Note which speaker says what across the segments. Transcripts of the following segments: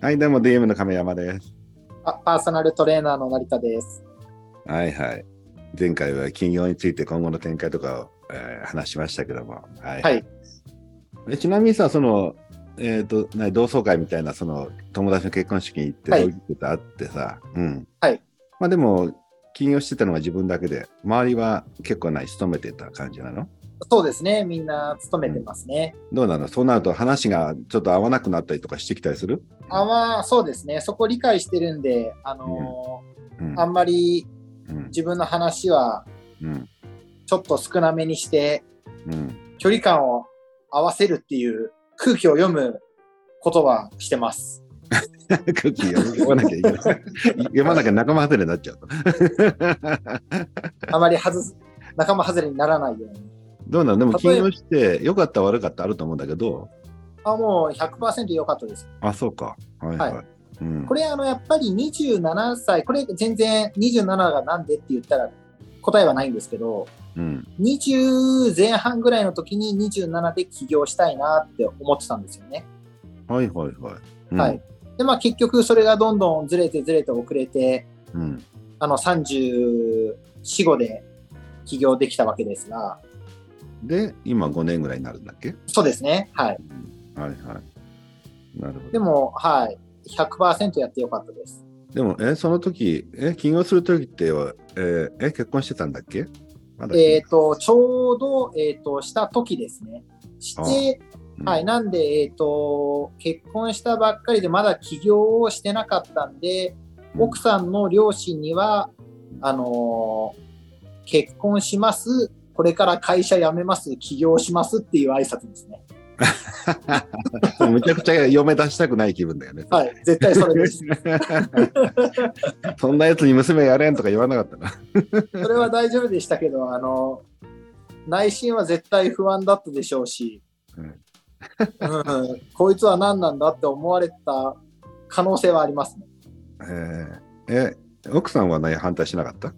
Speaker 1: はい、どうも DM の亀山です。
Speaker 2: あパーソナルトレーナーの成田です。
Speaker 1: はいはい。前回は金曜について今後の展開とかを、えー話しましたけども。はい。
Speaker 2: はい。
Speaker 1: えちなみにさ、その、えっ、と、な同窓会みたいな、その、友達の結婚式に行って、
Speaker 2: はい
Speaker 1: 同級生と会ってさ、うん。
Speaker 2: はい。
Speaker 1: まあでも、金曜してたのは自分だけで、周りは結構ない、勤めてた感じなの
Speaker 2: そうですね。みんな勤めてますね。
Speaker 1: どうなのそうなると話がちょっと合わなくなったりとかしてきたりする
Speaker 2: あまあ、そうですね。そこ理解してるんで、あの
Speaker 1: うん
Speaker 2: ーあんまり
Speaker 1: うん。
Speaker 2: 自分の話は
Speaker 1: うん。
Speaker 2: ちょっと少なめにして、
Speaker 1: うん。
Speaker 2: 距離感を合わせるっていう空気を読むことはし てます。
Speaker 1: 空気読まなきゃいけない。読まなきゃ仲間外れになっちゃうと。
Speaker 2: あまり外す、仲間外れにならないように。
Speaker 1: どうなのでも
Speaker 2: 例え
Speaker 1: 金曜して良かった悪かったあると思うんだけど、
Speaker 2: あもう100%良かったです。
Speaker 1: あ、そうか。はいはい。
Speaker 2: は
Speaker 1: うん、
Speaker 2: これ、あの、やっぱり27歳、これ全然27がなんでって言ったら答えはないんですけど、
Speaker 1: うん、
Speaker 2: 20前半ぐらいの時に27で起業したいなって思ってたんですよね。
Speaker 1: はいはいはい。うん
Speaker 2: はい。で、まあ結局それがどんどんずれてずれて遅れて、
Speaker 1: うん。
Speaker 2: あの34、5で起業できたわけですが、
Speaker 1: で、今5年ぐらいになるんだっけ
Speaker 2: そうですね。はい。
Speaker 1: はいはい。なるほど。
Speaker 2: でも、はい。100%やってよかったです。
Speaker 1: でも、え、その時、え、起業する時って、えーえ、結婚してたんだっけまだ
Speaker 2: えっ、と、ちょうど、えっ、と、した時ですね。して、
Speaker 1: うん
Speaker 2: はい。なんで、えっ、と、結婚したばっかりでまだ起業をしてなかったんで、
Speaker 1: うん
Speaker 2: 奥さんの両親には、あのー結婚します、これから会社辞めます、起業しますっていう挨拶ですね。
Speaker 1: むちゃくちゃ嫁出したくない気分だよね。
Speaker 2: はい、絶対それです。
Speaker 1: そんなやつに娘やれんとか言わなかったな。
Speaker 2: それは大丈夫でしたけど、あのー内心は絶対不安だったでしょうし、
Speaker 1: う
Speaker 2: うんん、こいつは何なんだって思われた可能性はありますね。
Speaker 1: えーえ、奥さんは何反対しなかった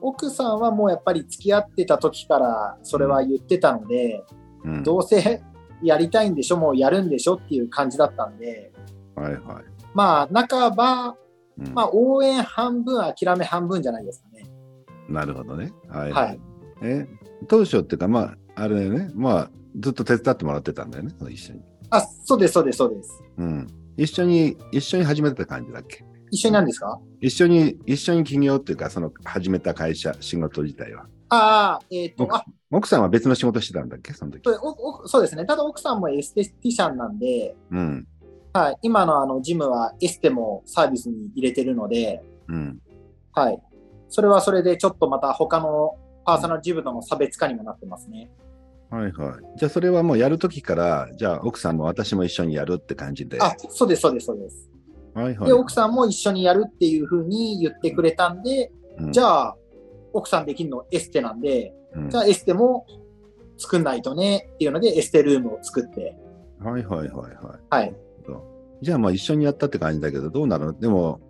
Speaker 2: 奥さんはもうやっぱり付き合ってた時からそれは言ってたので、
Speaker 1: うん
Speaker 2: どうせやりたいんでしょ、もうやるんでしょっていう感じだったんで、
Speaker 1: はいはい。
Speaker 2: まあ、半ば、
Speaker 1: うん
Speaker 2: まあ、応援半分、諦め半分じゃないですかね。
Speaker 1: なるほどね。はい。
Speaker 2: はい
Speaker 1: え、当初っていうか、まあ、あれだよね。まあ、ずっと手伝ってもらってたんだよね、その一緒に。
Speaker 2: あ、そうです、そうです、そうです。
Speaker 1: うん。一緒に、一緒に始めてた感じだっけ
Speaker 2: 一緒になんですか
Speaker 1: 一緒に、一緒に起業っていうか、その始めた会社、仕事自体は。
Speaker 2: ああ、えっ、と、
Speaker 1: 僕
Speaker 2: あ
Speaker 1: 奥さんは別の仕事してたんだっけその時
Speaker 2: そ。うおおそうですね。ただ奥さんもエステティシャンなんで、
Speaker 1: うん。
Speaker 2: はい、今のあのジムはエステもサービスに入れてるので、
Speaker 1: うん。
Speaker 2: はい。それはそれでちょっとまた他のパーソナルジムとの差別化にもなってますね。
Speaker 1: はいはい。じゃあ、それはもうやる時から、じゃあ、奥さんも私も一緒にやるって感じで。
Speaker 2: あ、そうです、そうです、そうです。
Speaker 1: はいはい。
Speaker 2: で、奥さんも一緒にやるっていうふうに言ってくれたんで、
Speaker 1: うん
Speaker 2: じゃあ、奥さんできるのエステなんで、
Speaker 1: うん
Speaker 2: じゃあエステも作んないとねっていうのでエステルームを作って、
Speaker 1: はいはいはいはい。
Speaker 2: はい。
Speaker 1: じゃあまあ一緒にやったって感じだけど、どうなのでも、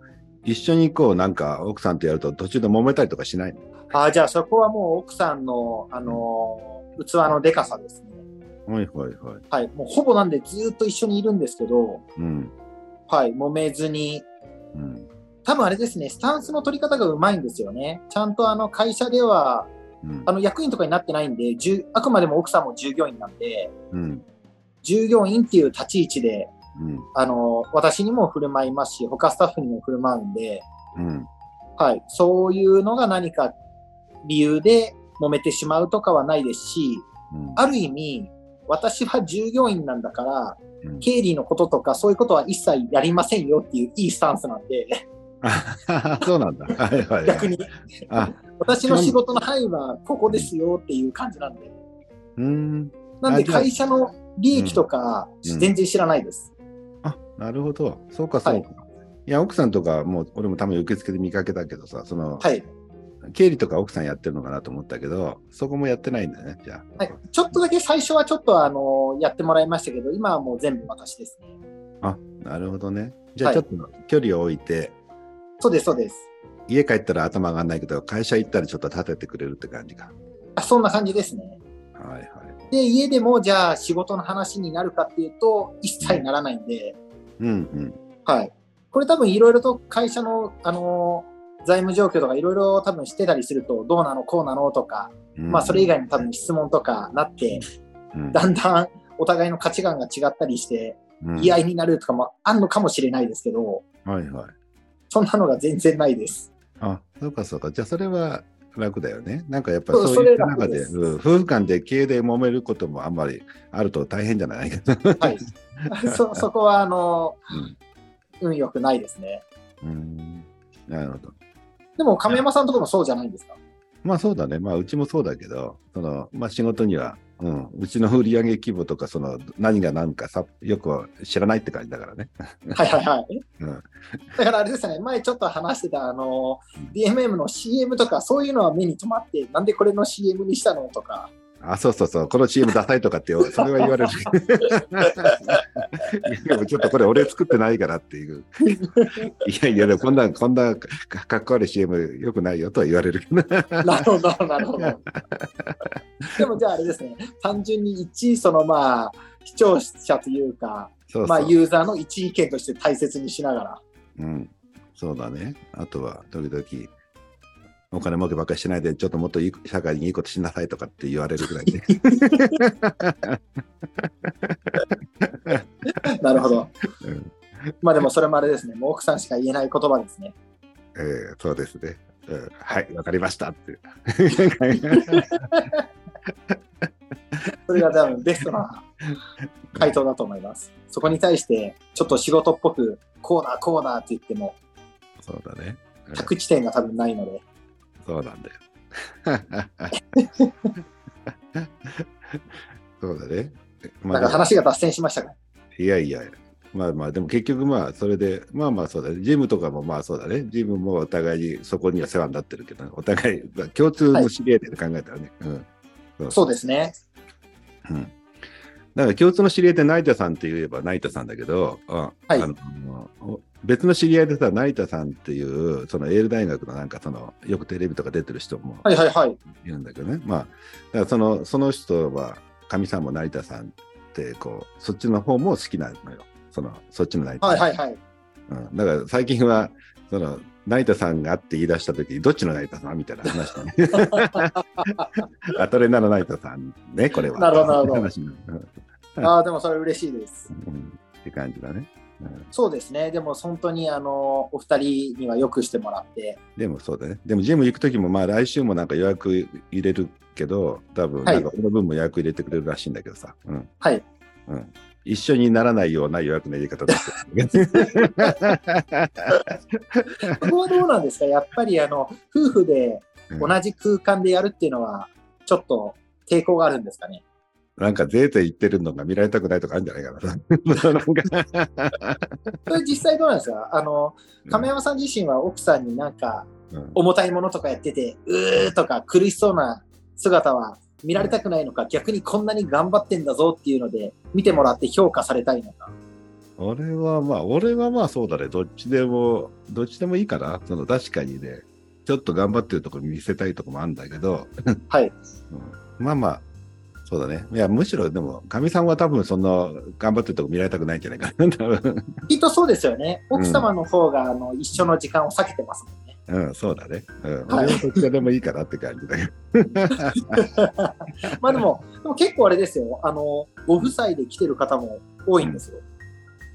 Speaker 1: 一緒にこう、なんか奥さんとやると途中で揉めたりとかしないの
Speaker 2: ああ、じゃあそこはもう奥さんの、あのー器のでかさですね。
Speaker 1: はいはいはい。
Speaker 2: はい。もうほぼなんでずっと一緒にいるんですけど、
Speaker 1: うん。
Speaker 2: はい。揉めずに。
Speaker 1: うん。
Speaker 2: 多分あれですね、スタンスの取り方がうまいんですよね。ちゃんとあの会社では、
Speaker 1: うん
Speaker 2: あ。の役員とかになってないんで、従あくまでも奥さんも従業員なんで、
Speaker 1: うん。
Speaker 2: 従業員っていう立ち位置で、
Speaker 1: うん。
Speaker 2: あのー私にも振る舞いますし、他スタッフにも振る舞うんで、
Speaker 1: うん。
Speaker 2: はい、そういうのが何か理由で揉めてしまうとかはないですし、
Speaker 1: うん
Speaker 2: ある意味、私は従業員なんだから、
Speaker 1: うん
Speaker 2: 経理のこととかそういうことは一切やりませんよっていういいスタンスなんで、
Speaker 1: あ そうなんだ。はいはい、はい。
Speaker 2: 逆に、
Speaker 1: あ、
Speaker 2: 私の仕事の範囲はここですよっていう感じなんで。
Speaker 1: うーん。
Speaker 2: なんで
Speaker 1: あじゃあ
Speaker 2: 会社の利益とか
Speaker 1: うん
Speaker 2: 全然知らないです。
Speaker 1: あ、なるほど。そうかそうか。い、や、奥さんとか、もう俺もたまに受付で見かけたけどさ、その、
Speaker 2: はい。
Speaker 1: 経理とか奥さんやってるのかなと思ったけど、そこもやってないんだね、じゃあ。
Speaker 2: はい、ちょっとだけ最初はちょっとあのやってもらいましたけど、今はもう全部私ですね。
Speaker 1: あ、なるほどね。じゃあ
Speaker 2: は
Speaker 1: ちょ
Speaker 2: い
Speaker 1: っと距離を置いて、
Speaker 2: そうです、そうです。
Speaker 1: 家帰ったら頭上がんないけど、会社行ったらちょっと立ててくれるって感じか。
Speaker 2: あそんな感じですね。
Speaker 1: はいはい。
Speaker 2: で、家でもじゃあ仕事の話になるかっていうと、一切ならないんで、
Speaker 1: うんうん。
Speaker 2: はい。これ多分いろいろと会社の、あのー財務状況とかいろいろ多分してたりすると、どうなの、こうなのとか、
Speaker 1: うん
Speaker 2: まあそれ以外の多分質問とかなって、
Speaker 1: うん
Speaker 2: だんだんお互いの価値観が違ったりして、
Speaker 1: うん
Speaker 2: 言い合いになるとかもあんのかもしれないですけど、
Speaker 1: はいはい。
Speaker 2: そんなのが全然ないです。
Speaker 1: あ、そうかそうか。じゃあそれは楽だよね。なんかやっぱ
Speaker 2: そう
Speaker 1: そういった
Speaker 2: それ楽
Speaker 1: 中で、
Speaker 2: です
Speaker 1: うん夫婦間で経営で揉めることもあんまりあると大変じゃない
Speaker 2: はい。 そ、そこは、あの
Speaker 1: うん
Speaker 2: ー運良くないですね。
Speaker 1: うん。なるほど。
Speaker 2: でも亀山さんとかもそうじゃないんですか
Speaker 1: まあそうだね。まあうちもそうだけど、そのまあ仕事には、うん、うちの売上規模とか、その何が何かさよくは知らないって感じだからね。
Speaker 2: はいはいはい。
Speaker 1: うん
Speaker 2: だからあれですね、前ちょっと話してた、あの
Speaker 1: うん、
Speaker 2: DMM の CM とか、そういうのは目に留まって、なんでこれの CM にしたの とか、
Speaker 1: あ、そうそうそう、この CM ダサいとかって、それは言わ れる。いやでもちょっとこれ俺作ってないからっていう。いやいや、でもこんな、こんなかかっこ悪い CM よくないよとは言われるけど。
Speaker 2: なるほど、なるほど。でもじゃああれですね、単純に一、そのまあ、視聴者というか、
Speaker 1: そうそう。
Speaker 2: まあ、ユーザーの一意見として大切にしながら、
Speaker 1: うん。そうだね。あとは、時々、お金儲けばっかりしないで、ちょっともっといい社会にいいことしなさいとかって言われるぐらいで。
Speaker 2: なるほど
Speaker 1: うん。
Speaker 2: まあでもそれもあれですね、もう奥さんしか言えない言葉ですね。
Speaker 1: えーそうですね。うん、はい、わかりました って。
Speaker 2: それが多分ベストな回答だと思います。そこに対して、ちょっと仕事っぽく、こうだ、こうだって言っても、
Speaker 1: そうだね。うん
Speaker 2: 着地点が多分ないので、
Speaker 1: そうなんだよ。 そうだね。ま
Speaker 2: な
Speaker 1: あ
Speaker 2: んか話が脱線しましたが、
Speaker 1: いやいや、まあまあ、でも結局まあ、それで、まあまあそうだね。ジムとかもまあそうだね。ジムもお互いにそこには世話になってるけど、お互い、まあ共通の知り合いで考えたらね。うん。
Speaker 2: そうですね。
Speaker 1: うん。だから共通の知り合いで成田さんって言えば成田さんだけど、うん
Speaker 2: い
Speaker 1: あのお別の知り合いでさ、成田さんっていう、そのエール大学のなんかその、よくテレビとか出てる人も、
Speaker 2: はいはいはい。
Speaker 1: いるんだけどね。まあ、だからその、その人は、かみさんも成田さんって、こう、そっちの方も好きなのよ。その、そっちの成田さん。
Speaker 2: はいはいはい。
Speaker 1: うん。だから最近は、その、成田さんがって言い出した時に、どっちの成田さんみたいな話 だね。アトレナの成田さんね、これは。
Speaker 2: なるほどなるほど
Speaker 1: 話になる
Speaker 2: ああ、でもそれ嬉しいです。
Speaker 1: うんうんって感じだね。うん
Speaker 2: そうですね。でも本当にあの、お二人にはよくしてもらって、
Speaker 1: でもそうだね。でもジム行く時も、まあ来週もなんか予約入れるけど、多分、なんか俺の分も予約入れてくれるらしいんだけどさ。うん。
Speaker 2: はい。
Speaker 1: うん、一緒にならないような予約の入れ方だった。
Speaker 2: ここはどうなんですかやっぱりあの、夫婦で同じ空間でやるっていうのは、ちょっと抵抗があるんですかね。
Speaker 1: なんかぜいぜい言ってるのが見られたくないとかあるんじゃないかな。なんか
Speaker 2: それ実際どうなんですかあの、亀山さん自身は奥さんになんか
Speaker 1: うん
Speaker 2: 重たいものとかやってて、うーとか苦しそうな姿は見られたくないのか、逆にこんなに頑張ってんだぞっていうので、見てもらって評価されたいのか。
Speaker 1: 俺はまあ、俺はまあそうだね。どっちでも、どっちでもいいかな。その確かにね、ちょっと頑張ってるとこ見せたいとこもあるんだけど、
Speaker 2: はい。
Speaker 1: まあまあ、そうだね。いや、むしろでも、かみさんは多分そんな頑張ってるとこ見られたくないんじゃないかな。多分
Speaker 2: きっとそうですよね。奥様の方があの一緒の時間を避けてますも んね。
Speaker 1: うん、そうだね。うん。
Speaker 2: はい
Speaker 1: 俺はどっちでもいいかなって感じだけど。
Speaker 2: まあでも、でも結構あれですよ。あの、ご夫妻で来てる方も多いんですよ。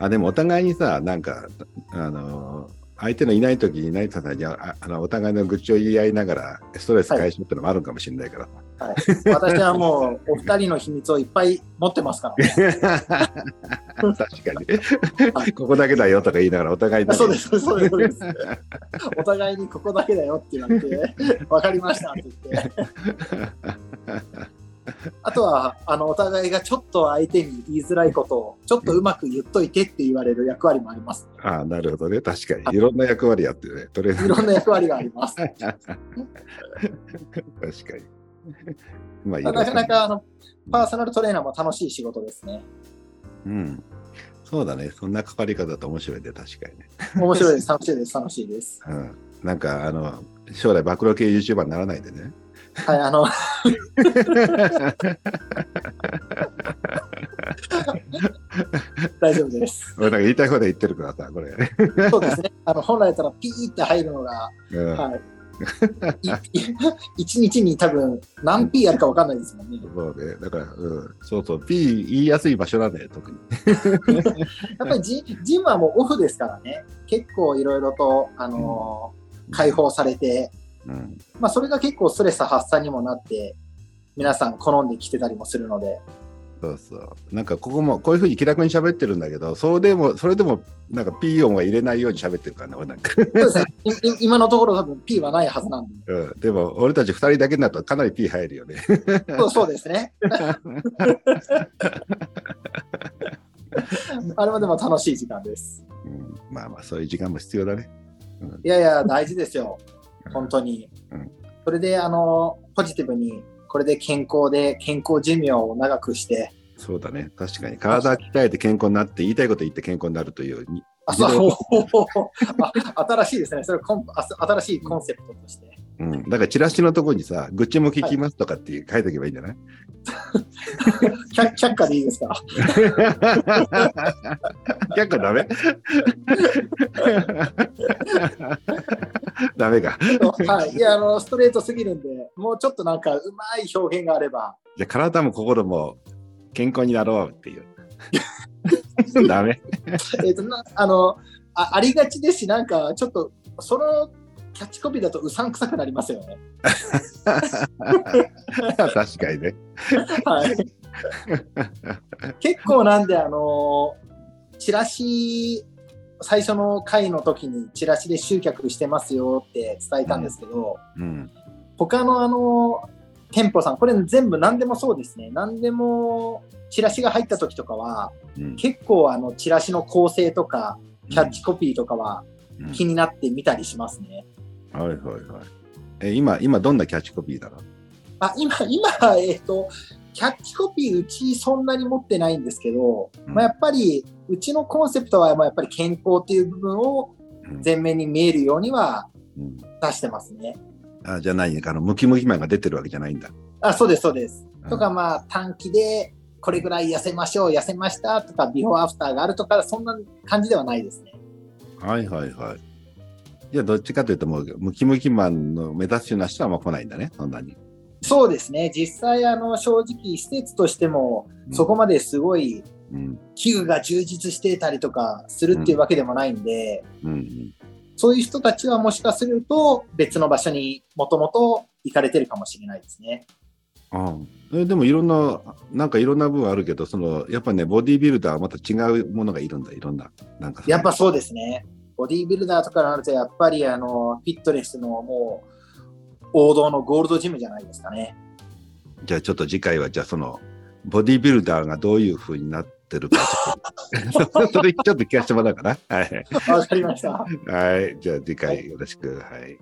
Speaker 1: あでもお互いにさなんかあのー相手のいない時に成田さんにああのお互いの愚痴を言い合いながらストレス解消ってのもあるかもしれないから、
Speaker 2: 私はもう、お二人の秘密をいっぱい持ってますから、ね。
Speaker 1: 確かにここだけだよとか言いながらお互いに
Speaker 2: そうです、そうです、そうです。お互いにここだけだよって言われて、分かりましたって言って。あとは、あの、お互いがちょっと相手に言いづらいことを、ちょっとうまく言っといてって言われる役割もあります。
Speaker 1: ああなるほどね確かにいろんな役割やってるねとりあえ
Speaker 2: い
Speaker 1: ず
Speaker 2: ろんな役割があります。
Speaker 1: 確かにまあいろいろ
Speaker 2: なかなか、あの、パーソナルトレーナーも楽しい仕事ですね。
Speaker 1: うんそうだねそんな関わり方だと面白いね確かにね、
Speaker 2: 面白いです、楽しいです、楽しいです。
Speaker 1: うん、なんかあの将来暴露系 YouTuber にならないでね
Speaker 2: はい、あの、大丈夫です。
Speaker 1: 俺なんか言いたい放題言ってるからさ、これ。
Speaker 2: そうですね。あの本来だったらピーって入るのが、
Speaker 1: うん
Speaker 2: はい。い一日に多分何 P あるか分かんないですもんね。
Speaker 1: そうね。だから、うん。そうそう。P 言いやすい場所なんだよ、特に。
Speaker 2: やっぱりジジムはもうオフですからね。結構いろいろと、あのー解。放されて、
Speaker 1: うん。
Speaker 2: まあそれが結構ストレス発散にもなって、皆さん好んできてたりもするので、
Speaker 1: そうそう。なんか、ここも、こういうふうに気楽に喋ってるんだけど、そうでも、それでも、なんか P 音は入れないように喋ってるからね、俺なん か。
Speaker 2: そうですね。いい今のところ多分 P はないはずなんで。
Speaker 1: うん。でも、俺たち二人だけになるとかなり P 入るよね。
Speaker 2: そうそうで すね。あれはでも楽しい時間です。
Speaker 1: うん。まあまあ、そういう時間も必要だね。
Speaker 2: いやいや、大事ですよ。本当に
Speaker 1: うん。
Speaker 2: それで、あの、ポジティブに、これで健康で、健康寿命を長くして、
Speaker 1: そうだね。確かに。体鍛えて健康になって、言いたいこと言って健康になるという、に
Speaker 2: あ、そう、あ新しいですね。それコンあ新しいコンセプトとして。
Speaker 1: うん。だから、チラシのところにさ、愚痴も聞きますとかって書いておけばいいんじゃ ない、
Speaker 2: 却却下でいいで すか
Speaker 1: 結構ダメダメか。
Speaker 2: はい。いや、あの、ストレートすぎるんで、もうちょっとなんか、うまい表現があ れば、
Speaker 1: じゃあ体も心も健康になろうって いう。ダメ
Speaker 2: えっ、となあのあ、ありがちですし、なんかちょっとそのキャッチコピーだとうさんくさくなりますよね。
Speaker 1: 確かにね。
Speaker 2: はい、結構なんで、あのチラシ、最初の回の時にチラシで集客してますよって伝えたんですけど、
Speaker 1: うん。
Speaker 2: 他のあの店舗さん、これ全部何でもそうですね、何でもチラシが入った時とかは、
Speaker 1: うん
Speaker 2: 結構あのチラシの構成とか、キャッチコピーとかは
Speaker 1: うん
Speaker 2: 気になって見たりしますね。
Speaker 1: はいはいはい。え、今、今どんなキャッチコピーだろ
Speaker 2: あ今、今、えっ、と、キャッチコピー、うちそんなに持ってないんですけど、
Speaker 1: うん
Speaker 2: まあ、やっぱり、うちのコンセプトは、まあ、やっぱり健康っていう部分を
Speaker 1: うん
Speaker 2: 前面に見えるようには
Speaker 1: うん
Speaker 2: 出してますね。
Speaker 1: あじゃない、あの、ムキムキマンが出てるわけじゃないんだ。
Speaker 2: あ、そうです、そうです。
Speaker 1: うん
Speaker 2: とか、まあ、短期で、これぐらい痩せましょう、痩せましたとか、ビフォーアフターがあるとか、そんな感じではないですね。
Speaker 1: はいはいはい。じゃあ、どっちかというと、もう、ムキムキマンの目指すような人はあんま来ないんだね、そんなに。
Speaker 2: そうですね。実際、あの、正直、施設としても、そこまですごい、
Speaker 1: うん。
Speaker 2: 器具が充実してたりとかするっていうわけでもないんで、
Speaker 1: うん。うん。
Speaker 2: そういう人たちはもしかすると別の場所にもともと行かれてるかもしれないですね。
Speaker 1: ああえでもいろんな、なんかいろんな分あるけど、そのやっぱね、ボディービルダーはまた違うものがいるんだ、いろんな。なんか
Speaker 2: やっぱそうですね。ボディービルダーとかになるとやっぱりあのフィットネスのもう王道のゴールドジムじゃないですかね。
Speaker 1: じゃあちょっと次回は、じゃあその、ボディービルダーがどういう風になってるか、ちょっと それちょっと聞かせてもらおうかな。はい。
Speaker 2: わかりました。
Speaker 1: はい。じゃあ次回よろしく。はい。